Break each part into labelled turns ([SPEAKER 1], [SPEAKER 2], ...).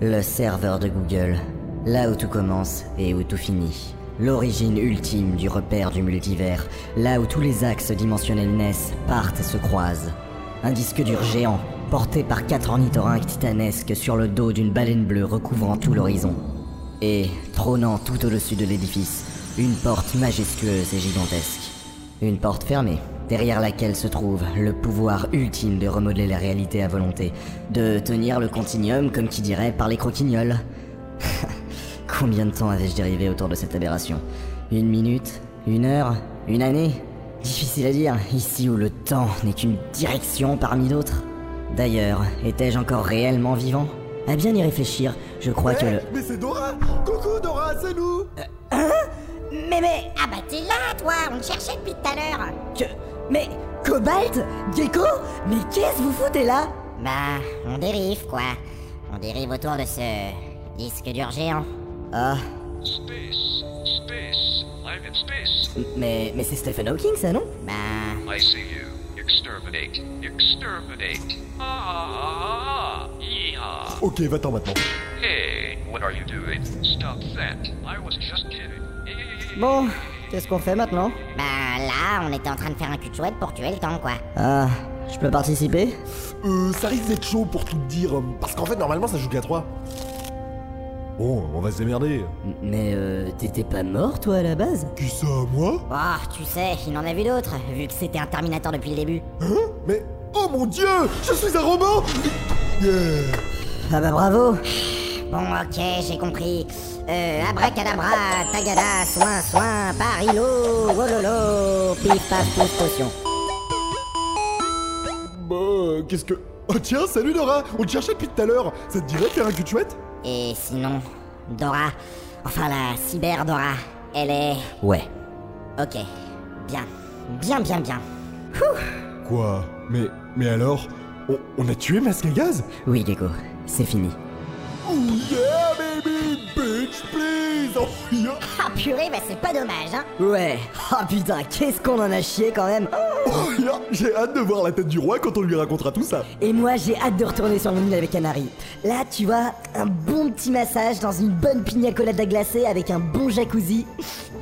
[SPEAKER 1] Le serveur de Google. Là où tout commence et où tout finit. L'origine ultime du repère du multivers. Là où tous les axes dimensionnels naissent, partent et se croisent. Un disque dur géant, porté par quatre ornithorynques titanesques sur le dos d'une baleine bleue recouvrant tout l'horizon. Et, trônant tout au-dessus de l'édifice, une porte majestueuse et gigantesque. Une porte fermée, derrière laquelle se trouve le pouvoir ultime de remodeler la réalité à volonté, de tenir le continuum, comme qui dirait, par les croquignoles. Combien de temps avais-je dérivé autour de cette aberration Une minute Une heure Une année Difficile à dire, ici où le temps n'est qu'une direction parmi d'autres. D'ailleurs, étais-je encore réellement vivant À bien y réfléchir, je crois que le...
[SPEAKER 2] Mais c'est Dora Coucou Dora, c'est nous
[SPEAKER 3] Mais mais Ah bah t'es là toi, on te cherchait depuis tout à l'heure
[SPEAKER 4] Que... Mais... Cobalt Gecko Mais qu'est-ce que vous foutez là
[SPEAKER 3] Bah, on dérive quoi. On dérive autour de ce disque dur géant.
[SPEAKER 1] Ah,
[SPEAKER 5] Space, space, I'm in space.
[SPEAKER 1] mais, mais c'est Stephen Hawking ça, non
[SPEAKER 3] Bah,
[SPEAKER 5] I see you. Exterminate, exterminate. Ah, yeah.
[SPEAKER 2] Ok, va-t'en maintenant.
[SPEAKER 5] Hey, what are you doing? Stop that. I was just kidding.
[SPEAKER 1] Bon, qu'est-ce qu'on fait maintenant
[SPEAKER 3] bah là, on était en train de faire un cul de chouette pour tuer le temps quoi.
[SPEAKER 1] Ah, je peux participer
[SPEAKER 2] Euh, ça risque d'être chaud pour tout te dire, euh, parce qu'en fait, normalement, ça joue qu'à 3. Bon, on va se démerder.
[SPEAKER 1] Mais euh, t'étais pas mort toi à la base
[SPEAKER 2] Qui ça, moi
[SPEAKER 3] Oh, tu sais, il en a vu d'autres, vu que c'était un Terminator depuis le début.
[SPEAKER 2] Hein Mais... Oh mon dieu Je suis un robot Yeah
[SPEAKER 1] Ah bah bravo
[SPEAKER 3] Bon, ok, j'ai compris. Euh, abracadabra, tagada, soin, soin, parilo, wololo, pif paf pouf potion.
[SPEAKER 2] Bah, euh, qu'est-ce que... Oh tiens, salut Dora On te cherchait depuis tout à l'heure Ça te dirait de faire un cul de chouette
[SPEAKER 3] Et sinon, Dora, enfin la cyber Dora, elle est.
[SPEAKER 1] Ouais.
[SPEAKER 3] Ok, bien, bien, bien, bien.
[SPEAKER 2] Quoi Mais... Mais alors on, on a tué Masque à gaz
[SPEAKER 1] Oui Gecko, c'est fini.
[SPEAKER 2] Oh yeah, baby Bitch, please Oh yeah
[SPEAKER 3] Ah purée, bah c'est pas dommage, hein
[SPEAKER 1] Ouais Ah putain, qu'est-ce qu'on en a chié quand même
[SPEAKER 2] Oh yeah J'ai hâte de voir la tête du roi quand on lui racontera tout ça
[SPEAKER 1] Et moi, j'ai hâte de retourner sur mon île avec Anari. Là, tu vois, un bon petit massage dans une bonne pina colada glacée avec un bon jacuzzi.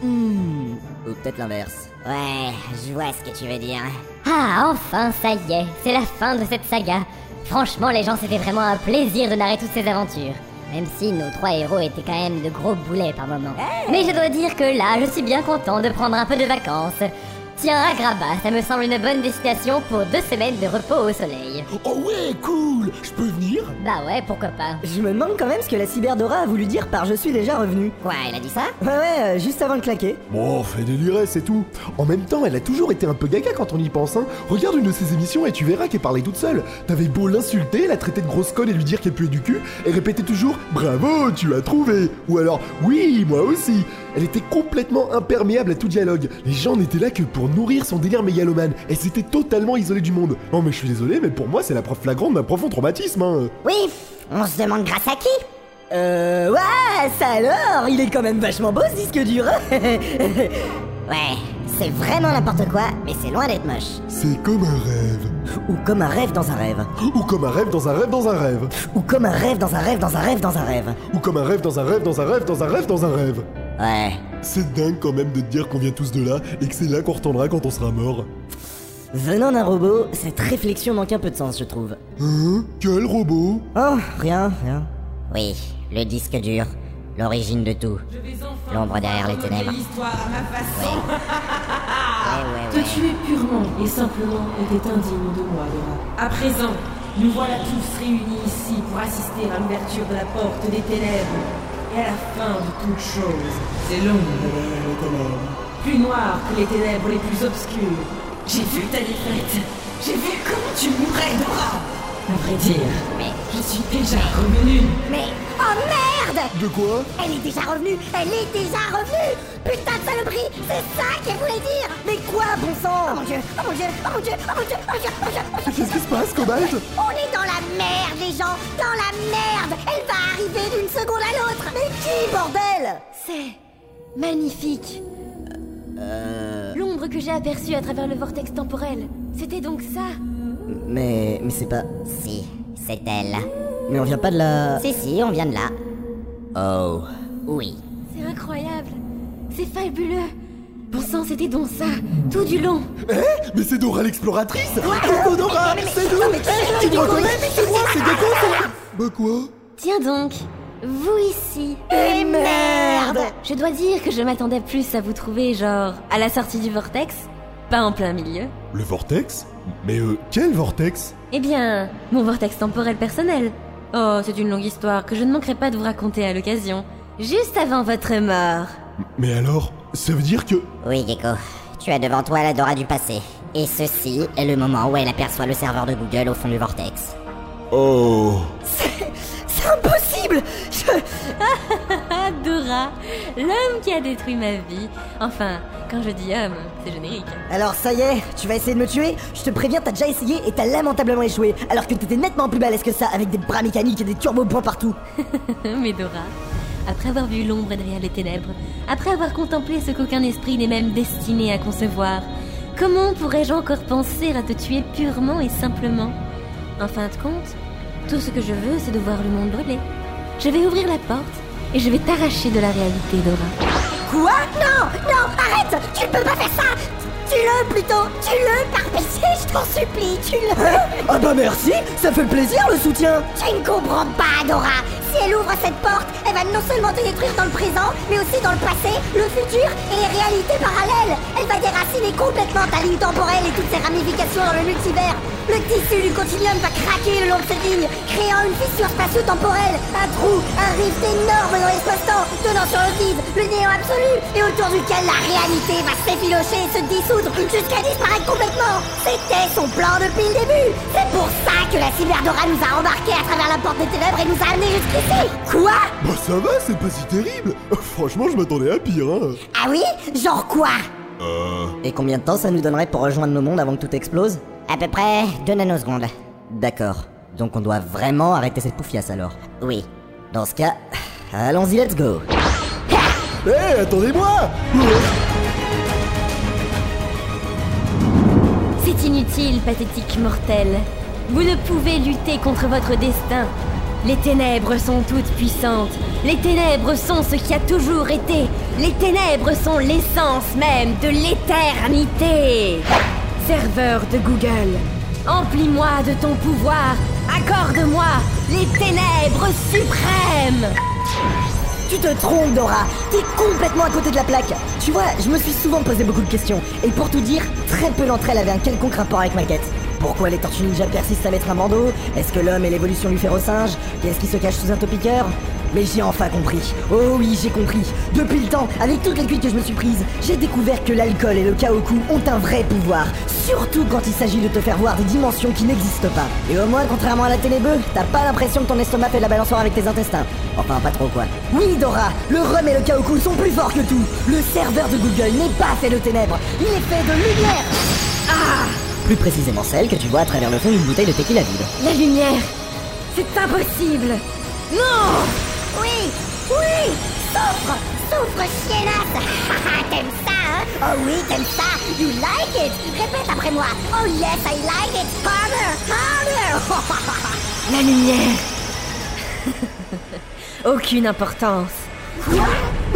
[SPEAKER 1] Hmm. Ou peut-être l'inverse.
[SPEAKER 3] Ouais, je vois ce que tu veux dire.
[SPEAKER 6] Ah, enfin, ça y est, c'est la fin de cette saga. Franchement, les gens, c'était vraiment un plaisir de narrer toutes ces aventures. Même si nos trois héros étaient quand même de gros boulets par moments. Mais je dois dire que là, je suis bien content de prendre un peu de vacances. Tiens, Agrabah, ça me semble une bonne destination pour deux semaines de repos au soleil.
[SPEAKER 2] Oh ouais, cool Je peux venir
[SPEAKER 6] Bah ouais, pourquoi pas.
[SPEAKER 1] Je me demande quand même ce que la cyberdora a voulu dire par je suis déjà revenu.
[SPEAKER 3] Quoi, elle a dit ça
[SPEAKER 1] Ouais, ouais, euh, juste avant de claquer.
[SPEAKER 2] Bon, fais délirer, c'est tout. En même temps, elle a toujours été un peu gaga quand on y pense, hein. Regarde une de ses émissions et tu verras qu'elle parlait toute seule. T'avais beau l'insulter, la traiter de grosse conne et lui dire qu'elle puait du cul, elle répétait toujours Bravo, tu as trouvé Ou alors Oui, moi aussi Elle était complètement imperméable à tout dialogue. Les gens n'étaient là que pour nourrir son délire mégalomane. Elle s'était totalement isolée du monde. Non, mais je suis désolé, mais pour moi, c'est la preuve flagrante d'un profond traumatisme, hein.
[SPEAKER 3] Oui, on se demande grâce à qui
[SPEAKER 1] Euh. Ouais, ça alors Il est quand même vachement beau ce disque dur
[SPEAKER 3] Ouais, c'est vraiment n'importe quoi, mais c'est loin d'être moche.
[SPEAKER 2] C'est comme un rêve.
[SPEAKER 1] Ou comme un rêve dans un rêve.
[SPEAKER 2] Ou comme un rêve dans un rêve dans un rêve.
[SPEAKER 1] Ou comme un rêve dans un rêve dans un rêve dans un rêve.
[SPEAKER 2] Ou comme un rêve dans un rêve dans un rêve dans un rêve dans un rêve.
[SPEAKER 1] Ouais.
[SPEAKER 2] C'est dingue quand même de te dire qu'on vient tous de là et que c'est là qu'on retournera quand on sera mort.
[SPEAKER 1] Venant d'un robot, cette réflexion manque un peu de sens, je trouve.
[SPEAKER 2] Hein Quel robot
[SPEAKER 1] Oh, rien, rien.
[SPEAKER 3] Oui, le disque dur, l'origine de tout. L'ombre derrière les ténèbres.
[SPEAKER 7] L'histoire à ma façon.
[SPEAKER 3] Ouais, ouais,
[SPEAKER 7] Te
[SPEAKER 3] ouais.
[SPEAKER 7] tuer purement et simplement était indigne de moi, Dora. À présent, nous voilà tous réunis ici pour assister à l'ouverture de la porte des ténèbres et à la fin de toute chose. C'est l'ombre derrière les ténèbres. Plus noire que les ténèbres les plus obscures. J'ai vu ta défaite. J'ai vu comment tu mourais, Dora. À vrai dire, mais je suis déjà revenue.
[SPEAKER 3] Mais. Oh merde
[SPEAKER 2] De quoi
[SPEAKER 3] Elle est déjà revenue Elle est déjà revenue Putain de saloperie C'est ça qu'elle voulait dire Mais quoi, bon sang Oh mon dieu Oh mon dieu Oh mon dieu Oh mon dieu Oh mon dieu Oh mon dieu, oh mon dieu.
[SPEAKER 2] Qu'est-ce qui se passe, Cobalt
[SPEAKER 3] On est dans la merde, les gens Dans la merde Elle va arriver d'une seconde à l'autre Mais qui, bordel
[SPEAKER 8] C'est magnifique. L'ombre que j'ai aperçue à travers le vortex temporel, c'était donc ça
[SPEAKER 1] Mais, mais c'est pas.
[SPEAKER 3] Si, c'est elle.
[SPEAKER 9] Mais on vient pas de la...
[SPEAKER 3] Si, si, on vient de là.
[SPEAKER 9] Oh.
[SPEAKER 3] Oui.
[SPEAKER 8] C'est incroyable. C'est fabuleux. Bon sang, c'était donc ça, tout du long.
[SPEAKER 2] Eh Mais c'est Dora l'exploratrice Coucou Dora C'est nous Eh, Tu me reconnais C'est moi, c'est Gecko, c'est... Bah quoi
[SPEAKER 8] Tiens donc, vous ici.
[SPEAKER 10] Et merde
[SPEAKER 8] Je dois dire que je m'attendais plus à vous trouver, genre, à la sortie du vortex, pas en plein milieu.
[SPEAKER 2] Le vortex Mais euh, quel vortex
[SPEAKER 8] Eh bien, mon vortex temporel personnel. Oh, c'est une longue histoire que je ne manquerai pas de vous raconter à l'occasion, juste avant votre mort.
[SPEAKER 2] Mais alors, ça veut dire que...
[SPEAKER 9] Oui, Gecko. Tu as devant toi la Dora du passé. Et ceci est le moment où elle aperçoit le serveur de Google au fond du vortex.
[SPEAKER 2] Oh
[SPEAKER 1] C'est impossible Je...
[SPEAKER 8] Ah, Dora, l'homme qui a détruit ma vie. Enfin, quand je dis homme, c'est générique.
[SPEAKER 1] Alors ça y est, tu vas essayer de me tuer Je te préviens, t'as déjà essayé et t'as lamentablement échoué, alors que t'étais nettement plus balèze que ça, avec des bras mécaniques et des turbo-points partout.
[SPEAKER 8] Mais Dora, après avoir vu l'ombre derrière les ténèbres, après avoir contemplé ce qu'aucun esprit n'est même destiné à concevoir, comment pourrais-je encore penser à te tuer purement et simplement En fin de compte, tout ce que je veux, c'est de voir le monde brûler. Je vais ouvrir la porte et je vais t'arracher de la réalité, Dora.
[SPEAKER 10] Quoi Non, non, arrête Tu ne peux pas faire ça Tue-le plutôt Tue-le par pitié, je t'en supplie, tue-le
[SPEAKER 1] Ah bah merci Ça fait plaisir le soutien
[SPEAKER 10] Tu ne comprends pas, Dora Si elle ouvre cette porte, elle va non seulement te détruire dans le présent, mais aussi dans le passé, le futur et les réalités parallèles Elle va déraciner complètement ta ligne temporelle et toutes ses ramifications dans le multivers Le tissu du continuum va craquer le long de cette ligne, créant une fissure spatio-temporelle, un trou, un rift énorme dans l'espace-temps, tenant sur le vide, le néant absolu, et autour duquel la réalité va s'effilocher et se dissoudre jusqu'à disparaître complètement C'était son plan depuis le début C'est pour ça que la Cyberdora nous a embarqués à travers la porte des ténèbres et nous a amenés jusqu'ici Quoi
[SPEAKER 2] Bah ça va, c'est pas si terrible Franchement, je m'attendais à pire, hein
[SPEAKER 10] Ah oui Genre quoi
[SPEAKER 9] Et combien de temps ça nous donnerait pour rejoindre nos mondes avant que tout explose
[SPEAKER 3] À peu près 2 nanosecondes.
[SPEAKER 9] D'accord. Donc on doit vraiment arrêter cette poufiasse alors.
[SPEAKER 3] Oui.
[SPEAKER 9] Dans ce cas, allons-y, let's go
[SPEAKER 2] Eh, attendez-moi
[SPEAKER 8] C'est inutile, pathétique mortel. Vous ne pouvez lutter contre votre destin. Les ténèbres sont toutes puissantes. Les ténèbres sont ce qui a toujours été. Les ténèbres sont l'essence même de l'éternité. Serveur de Google, emplis-moi de ton pouvoir. Accorde-moi les ténèbres suprêmes.
[SPEAKER 1] Tu te trompes, Dora T'es complètement à côté de la plaque Tu vois, je me suis souvent posé beaucoup de questions, et pour tout dire, très peu d'entre elles avaient un quelconque rapport avec ma quête. Pourquoi les tortues ninja persistent à mettre un bandeau Est-ce que l'homme et l'évolution lui fait au singe Qu'est-ce qui se cache sous un topiqueur mais j'ai enfin compris. Oh oui, j'ai compris. Depuis le temps, avec toutes les cuites que je me suis prises, j'ai découvert que l'alcool et le kaoku ont un vrai pouvoir. Surtout quand il s'agit de te faire voir des dimensions qui n'existent pas. Et au moins, contrairement à la télébeu, t'as pas l'impression que ton estomac fait de la balançoire avec tes intestins. Enfin, pas trop quoi. Oui, Dora, le rhum et le kaoku sont plus forts que tout. Le serveur de Google n'est pas fait de ténèbres, il est fait de lumière. Ah
[SPEAKER 9] Plus précisément celle que tu vois à travers le fond d'une bouteille de tequila vide.
[SPEAKER 8] La lumière, c'est impossible. Non
[SPEAKER 10] Oui Oui Souffre Souffre, chiennasse T'aimes ça, hein Oh oui, t'aimes ça You like it Répète après moi Oh yes, I like it Harder Harder
[SPEAKER 8] La lumière. Aucune importance.
[SPEAKER 2] Mais,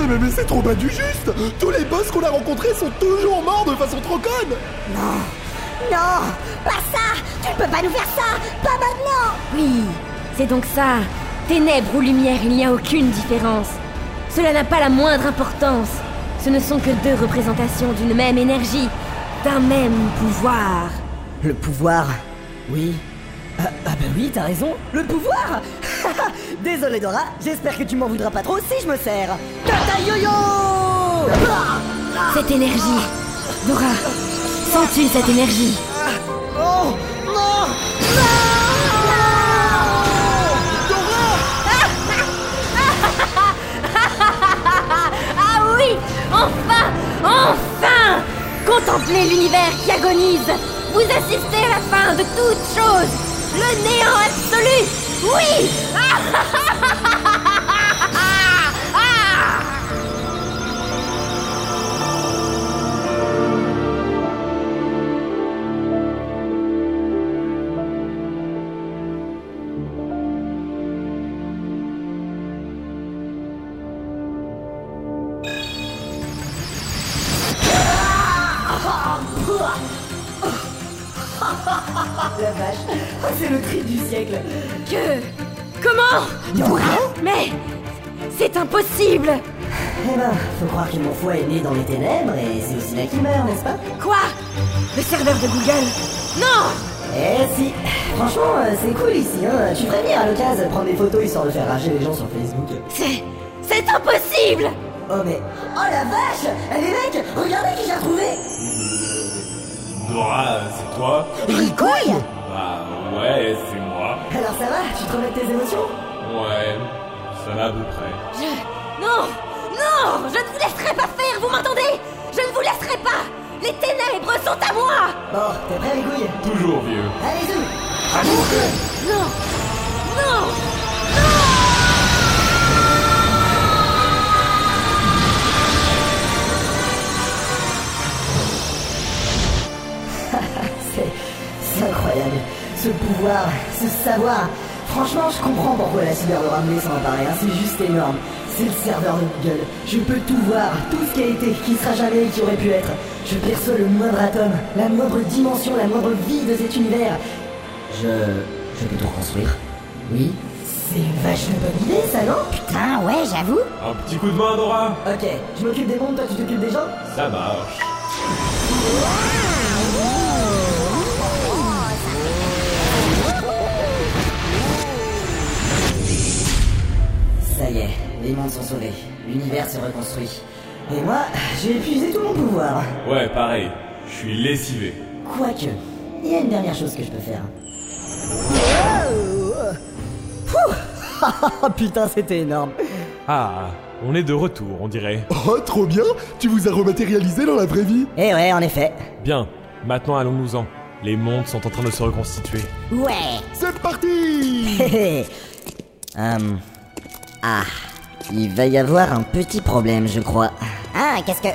[SPEAKER 2] mais, mais c'est trop bas du juste Tous les boss qu'on a rencontrés sont toujours morts de façon trop conne
[SPEAKER 10] Non Pas ça Tu ne peux pas nous faire ça Pas maintenant
[SPEAKER 8] Oui, c'est donc ça. Ténèbres ou lumière, il n'y a aucune différence. Cela n'a pas la moindre importance. Ce ne sont que deux représentations d'une même énergie, d'un même pouvoir.
[SPEAKER 9] Le pouvoir
[SPEAKER 1] Oui. Ah, ah bah oui, t'as raison. Le pouvoir Désolé Dora, j'espère que tu m'en voudras pas trop si je me sers. Tata yo-yo
[SPEAKER 8] Cette énergie. Dora, sens-tu cette énergie
[SPEAKER 1] Oh non
[SPEAKER 8] Ah oui Enfin Enfin Contemplez l'univers qui agonise Vous assistez à la fin de toute chose Le néant absolu Oui Ah, ah, ah
[SPEAKER 1] La vache, oh, c'est le tri du siècle.
[SPEAKER 8] Que Comment
[SPEAKER 1] Dora
[SPEAKER 8] Mais c'est impossible
[SPEAKER 1] Eh ben, faut croire que mon foie est né dans les ténèbres et c'est aussi là qu'il meurt, n'est-ce pas
[SPEAKER 8] Quoi Le serveur de Google Non
[SPEAKER 1] Eh si Franchement, euh, c'est cool ici, hein. Tu devrais venir à l'occasion prendre des photos histoire de faire rager les gens sur Facebook.
[SPEAKER 8] C'est c'est impossible
[SPEAKER 1] Oh mais... Oh la vache Allez mec, regardez qui j'ai retrouvé
[SPEAKER 11] Dora, c'est toi
[SPEAKER 1] Ricouille
[SPEAKER 11] Bah ouais, c'est moi.
[SPEAKER 1] Alors ça va Tu te remets de tes émotions
[SPEAKER 11] Ouais, ça va à peu près.
[SPEAKER 8] Je... Non Non Je ne vous laisserai pas faire, vous m'entendez Je ne vous laisserai pas Les ténèbres sont à moi
[SPEAKER 1] Bon, t'es prêt Ricouille
[SPEAKER 11] Toujours vieux.
[SPEAKER 1] Allez zou
[SPEAKER 8] Non Non
[SPEAKER 1] C'est... c'est incroyable. Ce pouvoir, ce savoir. Franchement, je comprends pourquoi la cyber leur a mené sans en parler. hein. C'est juste énorme. C'est le serveur de Google. Je peux tout voir, tout ce qui a été, qui sera jamais et qui aurait pu être. Je perçois le moindre atome, la moindre dimension, la moindre vie de cet univers. Je... je peux tout reconstruire. Oui C'est une vachement bonne idée, ça, non
[SPEAKER 10] Putain, Ah ouais, j'avoue.
[SPEAKER 11] Un petit coup de main, Dora
[SPEAKER 1] Ok, je m'occupe des bombes, toi tu t'occupes des gens
[SPEAKER 11] Ça marche.
[SPEAKER 1] Ça y est, les mondes sont sauvés, l'univers s'est reconstruit. Et moi, j'ai épuisé tout mon pouvoir.
[SPEAKER 11] Ouais, pareil. Je suis lessivé.
[SPEAKER 1] Quoique, il y a une dernière chose que je peux faire. Pouh Putain, c'était énorme.
[SPEAKER 11] Ah, on est de retour, on dirait.
[SPEAKER 2] Oh, trop bien Tu vous as rematérialisé dans la vraie vie
[SPEAKER 1] Eh ouais, en effet.
[SPEAKER 11] Bien, maintenant allons-nous-en. Les mondes sont en train de se reconstituer.
[SPEAKER 10] Ouais.
[SPEAKER 2] C'est parti
[SPEAKER 9] Hé hé. Hum. Ah, il va y avoir un petit problème, je crois.
[SPEAKER 10] Hein, qu'est-ce que.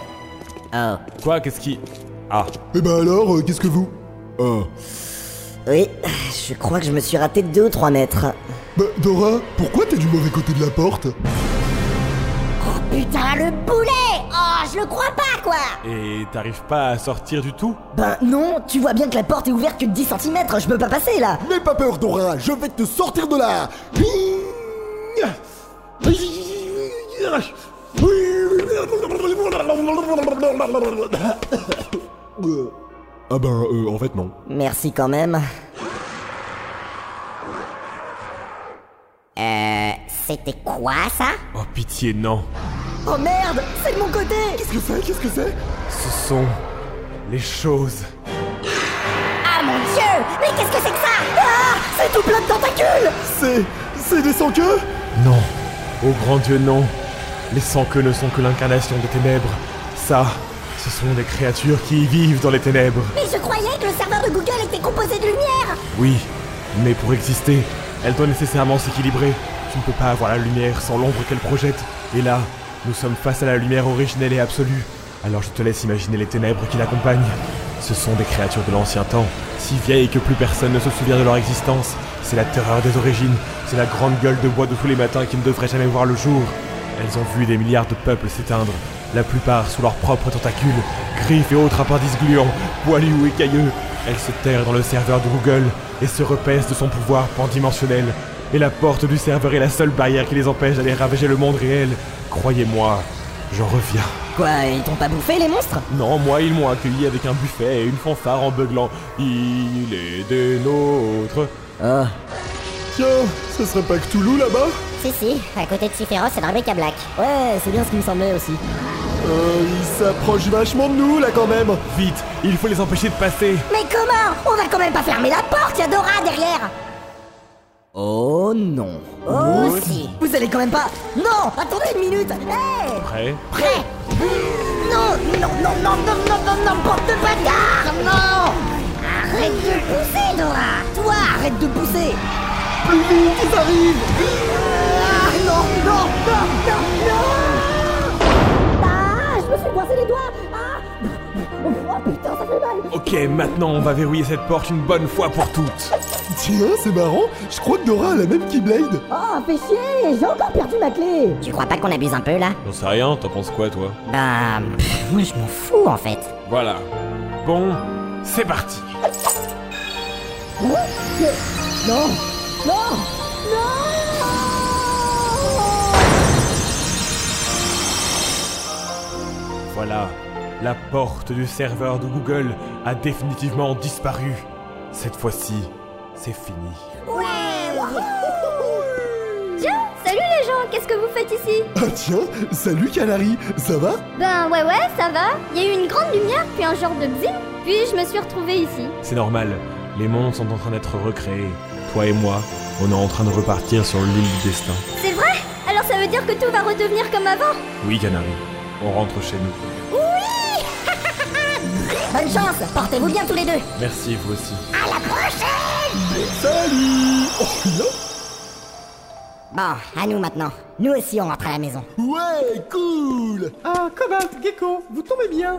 [SPEAKER 9] Oh,
[SPEAKER 11] Quoi, qu'est-ce qui... Ah,
[SPEAKER 2] Eh ben alors, euh, qu'est-ce que vous Ah.
[SPEAKER 9] oui, je crois que je me suis raté deux ou trois mètres.
[SPEAKER 2] Bah, Dora, pourquoi t'es du mauvais côté de la porte
[SPEAKER 10] Oh putain, le boulet Oh, je le crois pas, quoi
[SPEAKER 11] et t'arrives pas à sortir du tout
[SPEAKER 1] Ben non, tu vois bien que la porte est ouverte que de 10 cm, je peux pas passer là.
[SPEAKER 2] N'aie pas peur, Dora, je vais te sortir de là Euh, Ah ben, euh, en fait, non.
[SPEAKER 9] Merci quand même.
[SPEAKER 10] Euh. C'était quoi, ça
[SPEAKER 11] Oh pitié, non.
[SPEAKER 1] Oh merde, c'est de mon côté
[SPEAKER 2] Qu'est-ce que c'est Qu'est-ce que c'est
[SPEAKER 11] Ce sont... les choses.
[SPEAKER 10] Ah mon dieu Mais qu'est-ce que c'est que ça
[SPEAKER 1] Ah, c'est tout plein de tentacules
[SPEAKER 2] C'est... c'est des sans-queues
[SPEAKER 11] Non. Oh grand Dieu, non. Les sans-queues ne sont que l'incarnation des ténèbres. Ça, ce sont des créatures qui y vivent dans les ténèbres.
[SPEAKER 10] Mais je croyais que le serveur de Google était composé de lumière
[SPEAKER 11] Oui, mais pour exister, elle doit nécessairement s'équilibrer. Tu ne peux pas avoir la lumière sans l'ombre qu'elle projette. Et là, nous sommes face à la lumière originelle et absolue. Alors je te laisse imaginer les ténèbres qui l'accompagnent. Ce sont des créatures de l'ancien temps, si vieilles que plus personne ne se souvient de leur existence. C'est la terreur des origines, c'est la grande gueule de bois de tous les matins qui ne devrait jamais voir le jour. Elles ont vu des milliards de peuples s'éteindre, la plupart sous leurs propres tentacules, griffes et autres appendices gluants, poilus et cailleux. Elles se terrent dans le serveur de Google et se repaissent de son pouvoir pandimensionnel. Et la porte du serveur est la seule barrière qui les empêche d'aller ravager le monde réel. Croyez-moi, j'en reviens.
[SPEAKER 9] Quoi, ils t'ont pas bouffé les monstres
[SPEAKER 11] Non, moi, ils m'ont accueilli avec un buffet et une fanfare en beuglant. Il est des nôtres.
[SPEAKER 9] Oh,
[SPEAKER 2] Tiens, ce serait pas Cthulhu, là-bas
[SPEAKER 10] Si, si, à côté de Cipheros et de Rebecca Black.
[SPEAKER 9] ouais, c'est bien ce qui me semblait aussi.
[SPEAKER 2] Euh, il s'approche vachement de nous, là, quand même
[SPEAKER 11] Vite, il faut les empêcher de passer.
[SPEAKER 10] Mais comment On va quand même pas fermer la porte, y'a Dora derrière
[SPEAKER 9] Oh non.
[SPEAKER 10] Oh si
[SPEAKER 1] Vous allez quand même pas Non, attendez une minute Hey
[SPEAKER 11] Prêt
[SPEAKER 10] Prêt
[SPEAKER 1] Non, non, non, non, non, non, non, non, porte de bagarre, non
[SPEAKER 10] Arrête de le pousser, Dora
[SPEAKER 1] Toi, arrête de pousser
[SPEAKER 2] Plus vite, ils arrivent
[SPEAKER 1] Ah, non, non, non, non, non
[SPEAKER 10] Ah, je me suis coincé les doigts Ah Oh putain, ça fait mal
[SPEAKER 11] Ok, maintenant, on va verrouiller cette porte une bonne fois pour toutes.
[SPEAKER 2] Tiens, c'est marrant, je crois que Dora a la même Keyblade
[SPEAKER 1] Oh, fais chier, j'ai encore perdu ma clé
[SPEAKER 3] Tu crois pas qu'on abuse un peu là
[SPEAKER 11] J'en sais rien, t'en penses quoi, toi
[SPEAKER 10] Ben,
[SPEAKER 3] Bah, pff, moi je m'en fous en fait.
[SPEAKER 11] Voilà. Bon, c'est parti.
[SPEAKER 1] Quoi Mais- Non Non
[SPEAKER 11] Voilà, la porte du serveur de Google a définitivement disparu. Cette fois-ci, c'est fini.
[SPEAKER 12] Tiens, salut les gens, qu'est-ce que vous faites ici
[SPEAKER 2] Ah tiens, salut Canary, ça va
[SPEAKER 12] Ben ouais ouais, ça va. Il y a eu une grande lumière, puis un genre de bzim, puis je me suis retrouvée ici.
[SPEAKER 11] C'est normal, les mondes sont en train d'être recréés. Toi et moi, on est en train de repartir sur l'île du destin.
[SPEAKER 12] C'est vrai Alors ça veut dire que tout va redevenir comme avant
[SPEAKER 11] Oui, Canary, on rentre chez nous.
[SPEAKER 10] Bonne chance, portez-vous bien tous les deux.
[SPEAKER 11] Merci, vous aussi.
[SPEAKER 2] Salut Oh
[SPEAKER 3] Bon, à nous maintenant. Nous aussi, on rentre à la maison.
[SPEAKER 2] là Ouais, cool
[SPEAKER 13] Ah, Cobalt, Gecko, vous tombez bien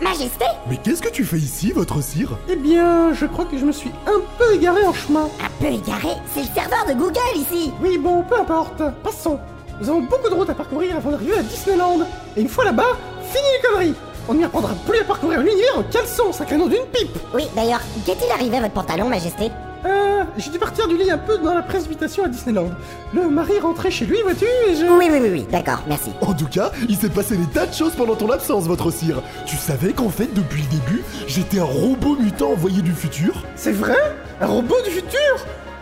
[SPEAKER 10] Majesté
[SPEAKER 2] Mais qu'est-ce que tu fais ici, votre cire
[SPEAKER 13] Eh bien, je crois que je me suis un peu égaré en chemin.
[SPEAKER 10] Un peu égaré, c'est le serveur de Google ici.
[SPEAKER 13] Oui, bon, peu importe, passons. Nous avons beaucoup de routes à parcourir avant d'arriver à Disneyland. Et une fois là-bas, fini les conneries On n'y apprendra plus à parcourir l'univers en caleçon, sacré nom d'une pipe
[SPEAKER 10] Oui, d'ailleurs, qu'est-il arrivé à votre pantalon, Majesté
[SPEAKER 13] Euh, j'ai dû partir du lit un peu dans la précipitation à Disneyland. Le mari rentrait chez lui, vois-tu, et je...
[SPEAKER 10] Oui, oui, oui, oui, d'accord, merci.
[SPEAKER 2] En tout cas, il s'est passé des tas de choses pendant ton absence, votre cire. Tu savais qu'en fait, depuis le début, j'étais un robot mutant envoyé du futur
[SPEAKER 13] C'est vrai Un robot du futur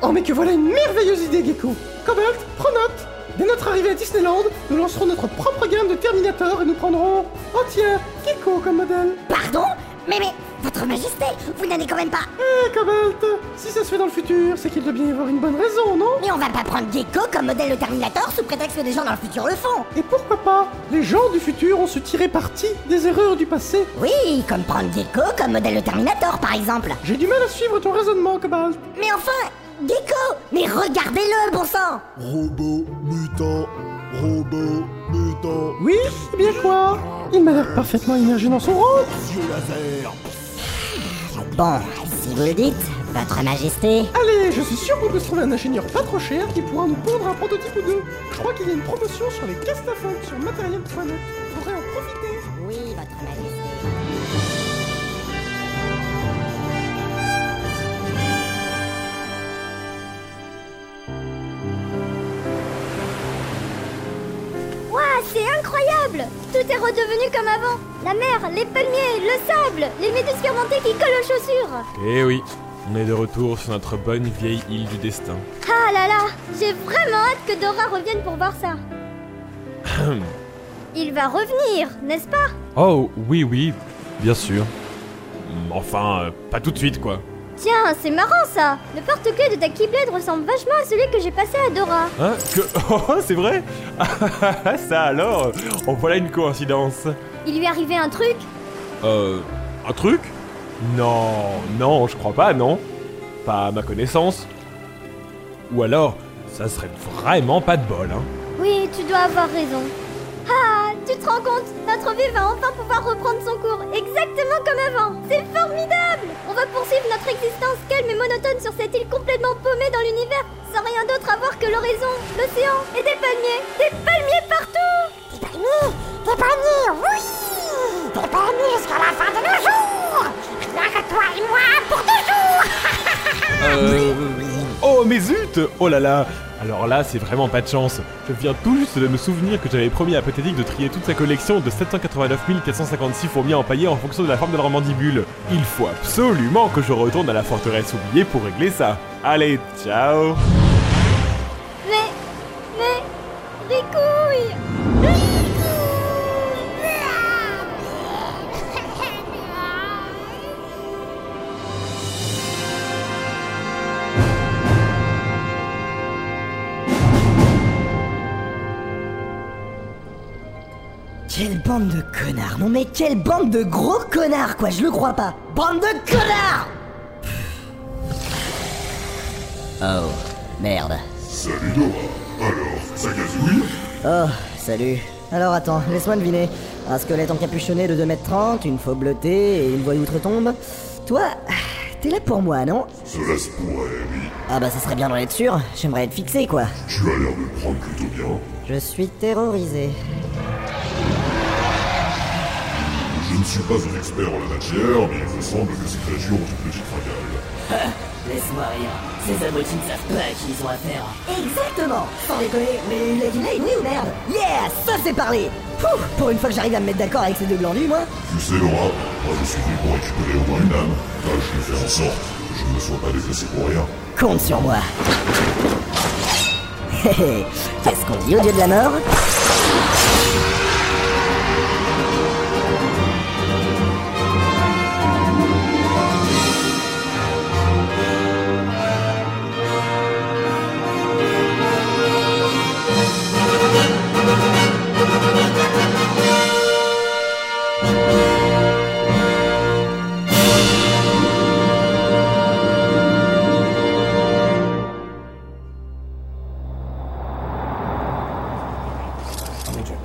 [SPEAKER 13] Oh mais que voilà une merveilleuse idée, Gecko Cobalt, prends note Dès notre arrivée à Disneyland, nous lancerons notre propre gamme de Terminator et nous prendrons... Oh tiens, Gecko comme modèle
[SPEAKER 10] Pardon Mais mais, votre Majesté, vous n'allez quand même pas...
[SPEAKER 13] Eh Cobalt Si ça se fait dans le futur, c'est qu'il doit bien y avoir une bonne raison, non
[SPEAKER 10] Mais on va pas prendre Gecko comme modèle de Terminator sous prétexte que des gens dans le futur le font.
[SPEAKER 13] Et pourquoi pas Les gens du futur ont su tirer parti des erreurs du passé.
[SPEAKER 10] Oui, comme prendre Gecko comme modèle de Terminator par exemple.
[SPEAKER 13] J'ai du mal à suivre ton raisonnement, Cobalt.
[SPEAKER 10] Mais enfin, Gecko Mais regardez-le, bon sang
[SPEAKER 2] Robot mutant, robot mutant,
[SPEAKER 13] Oui Eh bien quoi Il m'a l'air parfaitement immergé dans son rôle.
[SPEAKER 2] yeux laser
[SPEAKER 3] Bon, si vous le dites, votre majesté.
[SPEAKER 13] Allez, je suis sûr qu'on peut se trouver un ingénieur pas trop cher qui pourra nous pondre un prototype ou deux. Je crois qu'il y a une promotion sur les castafolles sur matériel.net. Faudrait en profiter.
[SPEAKER 3] Oui, votre majesté.
[SPEAKER 12] Waouh, c'est incroyable Tout est redevenu comme avant. La mer, les palmiers, le sable, les méduses fermentées qui collent aux chaussures.
[SPEAKER 11] Eh oui, on est de retour sur notre bonne vieille île du destin.
[SPEAKER 12] Ah là là, j'ai vraiment hâte que Dora revienne pour voir ça. Il va revenir, n'est-ce pas
[SPEAKER 11] Oh, oui, oui, bien sûr. Enfin, euh, pas tout de suite, quoi.
[SPEAKER 12] Tiens, c'est marrant ça Le porte-clés de ta Keyblade ressemble vachement à celui que j'ai passé à Dora.
[SPEAKER 11] Hein Que... Oh, c'est vrai Ça alors En voilà une coïncidence.
[SPEAKER 12] Il lui est arrivé un truc
[SPEAKER 11] Euh... Un truc Non, non, je crois pas, non. Pas à ma connaissance. Ou alors, ça serait vraiment pas de bol, hein.
[SPEAKER 12] Oui, tu dois avoir raison. Ah, tu te rends compte Notre vie va enfin pouvoir reprendre son cours, exactement comme avant. C'est formidable On va poursuivre notre existence calme et monotone sur cette île complètement paumée dans l'univers, sans rien d'autre à voir que l'horizon, l'océan et des palmiers. Des palmiers partout
[SPEAKER 10] Des palmiers Des palmiers, oui Des palmiers jusqu'à la fin de nos jours Rien que toi et moi pour deux jours
[SPEAKER 11] Euh... Oh, mais zut Oh là là alors là, c'est vraiment pas de chance. Je viens tout juste de me souvenir que j'avais promis à Pathétique de trier toute sa collection de 789 456 fourmis empaillées en fonction de la forme de leur mandibule. Il faut absolument que je retourne à la forteresse oubliée pour régler ça. Allez, ciao
[SPEAKER 12] Mais... mais... Ricouille Ah.
[SPEAKER 1] Quelle bande de connards Non mais quelle bande de gros connards quoi, je le crois pas Bande de connards
[SPEAKER 3] Oh, merde.
[SPEAKER 14] Salut Dora Alors, ça gazouille
[SPEAKER 1] Oh, salut Alors attends, laisse-moi deviner. Un squelette encapuchonné de 2m30, une faux bleutée et une voix outre-tombe. Toi, t'es là pour moi, non
[SPEAKER 14] Cela se pourrait, euh, oui.
[SPEAKER 1] Ah bah ça serait bien d'en être sûr, j'aimerais être fixé quoi.
[SPEAKER 14] Tu as l'air de le prendre plutôt bien.
[SPEAKER 1] Je suis terrorisé.
[SPEAKER 14] Je ne ne suis pas un expert en la matière, mais il me semble que cette région est une petite fringale.
[SPEAKER 1] Laisse-moi rire. Ces abrutis ne savent pas à qui ils ont affaire.
[SPEAKER 8] Exactement Sans déconner, mais la ville est oui ou merde
[SPEAKER 1] Yeah Ça c'est parlé Pouf Pour une fois que j'arrive à me mettre d'accord avec ces deux glandus, moi
[SPEAKER 14] Tu sais, Laura, moi je suis venu pour récupérer au moins une âme. Enfin, je vais faire en sorte que je ne me sois pas déplacé pour rien.
[SPEAKER 1] Compte sur moi. Hé hé Qu'est-ce qu'on dit au dieu de la mort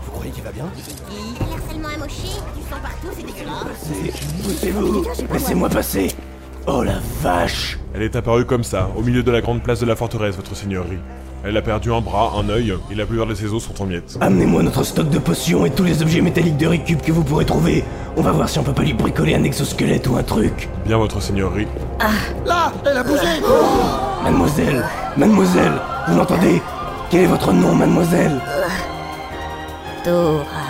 [SPEAKER 10] Vous croyez qu'il va bien
[SPEAKER 8] Il a l'air tellement amoché, tu sens partout, c'est dégueulasse
[SPEAKER 15] vous Laissez-moi passer Oh la vache
[SPEAKER 11] Elle est apparue comme ça, au milieu de la grande place de la forteresse, votre seigneurie. Elle a perdu un bras, un œil, et la plupart de ses os sont en miettes.
[SPEAKER 15] Amenez-moi notre stock de potions et tous les objets métalliques de récup que vous pourrez trouver. On va voir si on peut pas lui bricoler un exosquelette ou un truc.
[SPEAKER 11] Bien, votre seigneurie.
[SPEAKER 10] Là Elle a bougé
[SPEAKER 15] Mademoiselle Mademoiselle Vous l'entendez Quel est votre nom, mademoiselle
[SPEAKER 5] Dora.